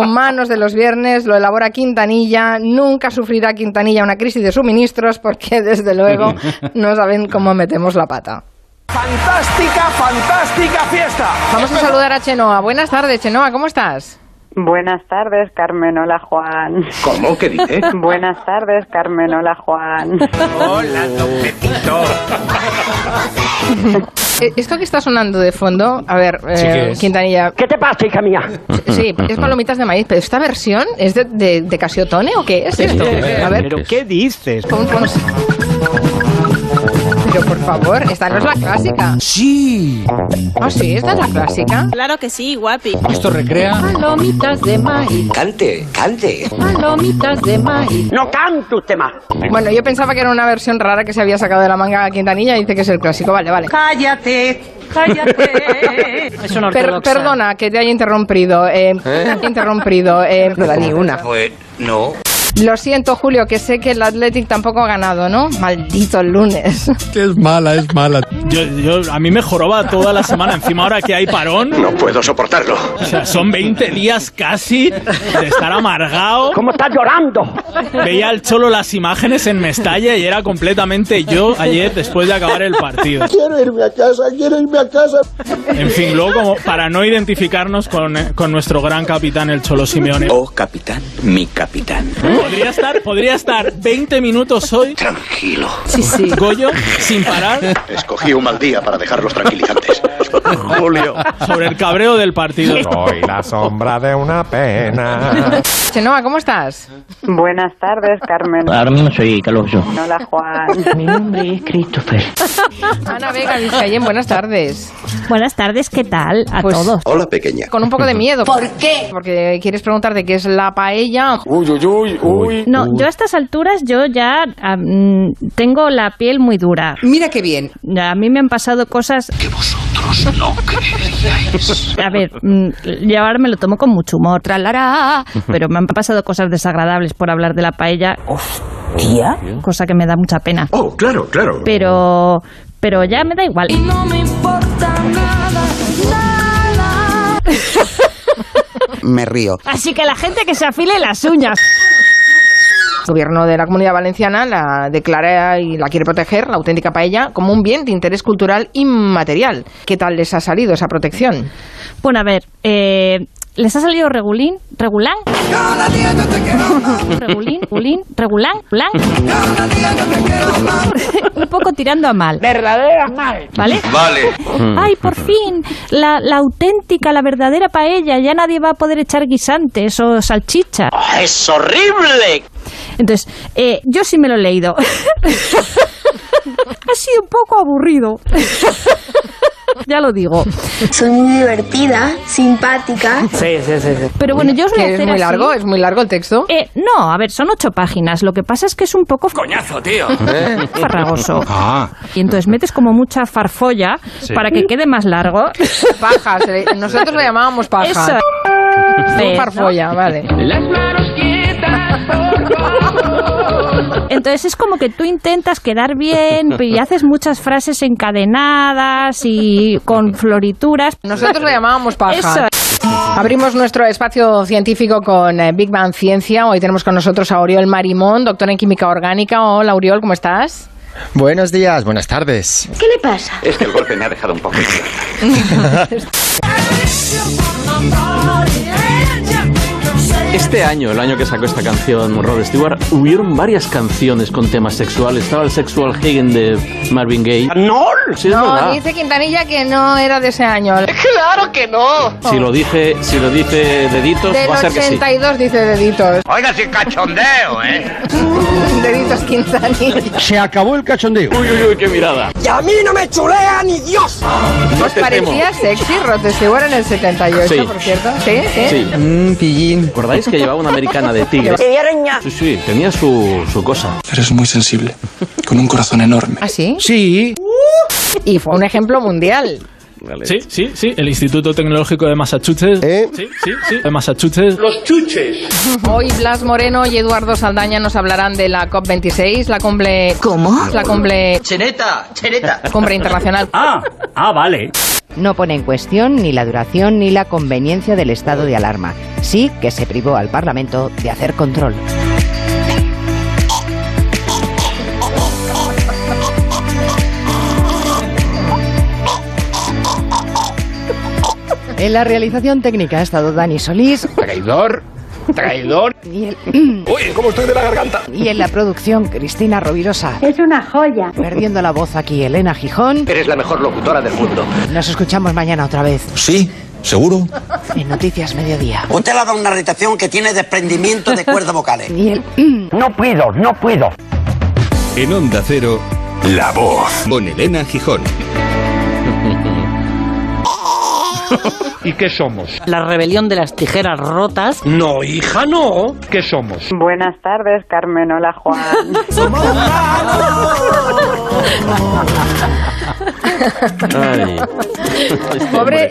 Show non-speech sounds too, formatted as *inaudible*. Humanos de los viernes lo elabora Quintanilla. Nunca sufrirá Quintanilla una crisis de suministros porque, desde luego, no saben cómo metemos la pata. Fantástica, fantástica fiesta. Vamos a saludar a Chenoa. Buenas tardes, Chenoa, ¿cómo estás? Buenas tardes, Carmen. Hola, Juan. ¿Cómo? ¿Qué dices? Buenas tardes, Carmen. Hola, Juan. Hola, don Pepito. Eh, Esto que está sonando de fondo, a ver, eh, Sí que es. Quintanilla, ¿Qué te pasa, hija mía? sí, es palomitas de maíz, pero esta versión es de, de, de Casiotone o qué es esto? A ver, ¿Pero qué dices? pon- pon- Pero por favor, esta no es la clásica. Sí, Ah, sí, esta es la clásica. Claro que sí, guapi. esto recrea. Palomitas de maíz, Cante, cante. palomitas de maíz. No canto usted más. Bueno, yo pensaba que era una versión rara que se había sacado de la manga Quintanilla y dice que es el clásico. Vale, vale. Cállate, cállate. Es una Per- perdona que te haya interrumpido. eh, te haya interrumpido. eh, no da ni una. Pues no. Lo siento, Julio, que sé que el Athletic tampoco ha ganado, ¿no? Maldito lunes. *laughs* Que es mala, es mala. Yo, yo- a mí me joroba toda la semana. Encima, ahora que hay parón, No puedo soportarlo. o sea, son 20 días casi de estar amargado. ¿Cómo estás llorando? Veía al cholo las imágenes en Mestalla y era completamente yo ayer después de acabar el partido. *laughs* Quiero irme a casa, quiero irme a casa. En fin, luego, como para no identificarnos con, eh, con nuestro gran capitán, el cholo Simeone. Oh, capitán, mi capitán. Podría estar, podría estar 20 minutos hoy, Tranquilo. Sí, sí. Goyo, sin parar, Escogí un mal día para dejarlos tranquilizantes. Julio. sobre el cabreo del partido. Soy la sombra de una pena. Chenoa, ¿cómo estás? Buenas tardes, Carmen. Ahora mismo soy Calonso. Hola, Juan. Mi nombre es Christopher. Ana Vega, Vizcayen, buenas tardes. Buenas tardes, ¿qué tal a Pues- todos? Hola, pequeña. Con un poco de miedo. ¿Por qué? Porque quieres preguntarte qué es la paella. eh, No, uh. yo a estas alturas yo ya ah, mm, tengo la piel muy dura. Mira qué bien. A mí me han pasado cosas... Que vosotros no A ver, mm, yo ahora me lo tomo con mucho humor, tralará, pero me han pasado cosas desagradables por hablar de la paella, oh, ¿Tía? cosa que me da mucha pena. Oh, claro, claro. Pero, pero ya me da igual. Me río. Así que la gente que se afile las uñas. El gobierno de la Comunidad Valenciana la declara y la quiere proteger, la auténtica paella, como un bien de interés cultural inmaterial. ¿Qué tal les ha salido esa protección? Bueno, a ver, eh, ¿les ha salido regulín? ¿Regulán? Regulín, regulín, regulán, blan. *laughs* Un poco tirando a mal, Verdadera mal. ¿vale? Vale. Ay, por fin, la, la auténtica, la verdadera paella, ya nadie va a poder echar guisantes o salchicha. ¡Ah, ¡Es horrible! Entonces, eh, yo sí me lo he leído. *laughs* ha sido un poco aburrido. *laughs* ya lo digo. Soy muy divertida, simpática. Sí, sí, sí. sí. Pero bueno, yo os voy a ¿Que hacer es muy así. largo, es muy largo el texto. Eh, no, a ver, son ocho páginas. Lo que pasa es que es un poco. ¡Coñazo, tío! *laughs* Farragoso. Y entonces metes como mucha farfolla para que quede más largo. Paja, se le- nosotros lo llamábamos paja. Eso. Un farfolla, vale. Entonces es como que tú intentas quedar bien y haces muchas frases encadenadas y con florituras. Nosotros lo llamábamos paja. Eso. Abrimos nuestro espacio científico con eh, Big Bang Ciencia. Hoy tenemos con nosotros a Oriol Marimón, doctor en química orgánica. Hola, Oriol, ¿cómo estás? Buenos días, buenas tardes. ¿Qué le pasa? Es que el golpe me ha dejado un poco. Este año, el año que sacó esta canción Rod Stewart, hubieron varias canciones con temas sexuales. Estaba el Sexual Hagen de Marvin Gaye. ¡No! Sí, es verdad. dice Quintanilla que no era de ese año. Si lo dije, si lo dice deditos, Del va a ser que sí. 82 dice Deditos. Oiga, si cachondeo, ¿eh? *laughs* Deditos Quintanilla. Se acabó el cachondeo. Uy, uy, uy, qué mirada. ¡Y a mí no me chulea ni Dios! No ¿Os te temo. parecía sexy Rod Stewart en el 78, Sí. por cierto? ¿Sí? ¿Sí? Sí. Mmm, pillín. ¿Recordáis que llevaba una americana de tigre? Sí, sí, tenía su, su cosa. Eres muy sensible, con un corazón enorme. ¿Ah, sí? Sí. Y fue un ejemplo mundial. Sí, sí, sí. El Instituto Tecnológico de Massachusetts. Sí, sí, sí. De Massachusetts. Hoy Blas Moreno y Eduardo Saldaña nos hablarán de la COP26, la cumbre... ¿Cómo? La cumbre... *laughs* Cheneta, cheneta. Cumbre internacional. Ah, ah, vale. no pone en cuestión ni la duración ni la conveniencia del estado de alarma. Sí que se privó al Parlamento de hacer control. En la realización técnica ha estado Dani Solís. Traidor, traidor. Y el- Uy, ¿cómo estoy de la garganta? Y en la producción, Cristina Rovirosa. Es una joya. Perdiendo la voz aquí, Elena Gijón. Eres la mejor locutora del mundo. Nos escuchamos mañana otra vez Sí, seguro. en Noticias Mediodía. Usted la da una irritación que tiene desprendimiento de cuerdas vocales. Y el- No puedo, no puedo. En Onda Cero, La Voz. Con Elena Gijón. ¿Y qué somos? La rebelión de las tijeras rotas. No, hija, no. ¿Qué somos? Buenas tardes, Carmen. Hola, Juan. Ay. Pobre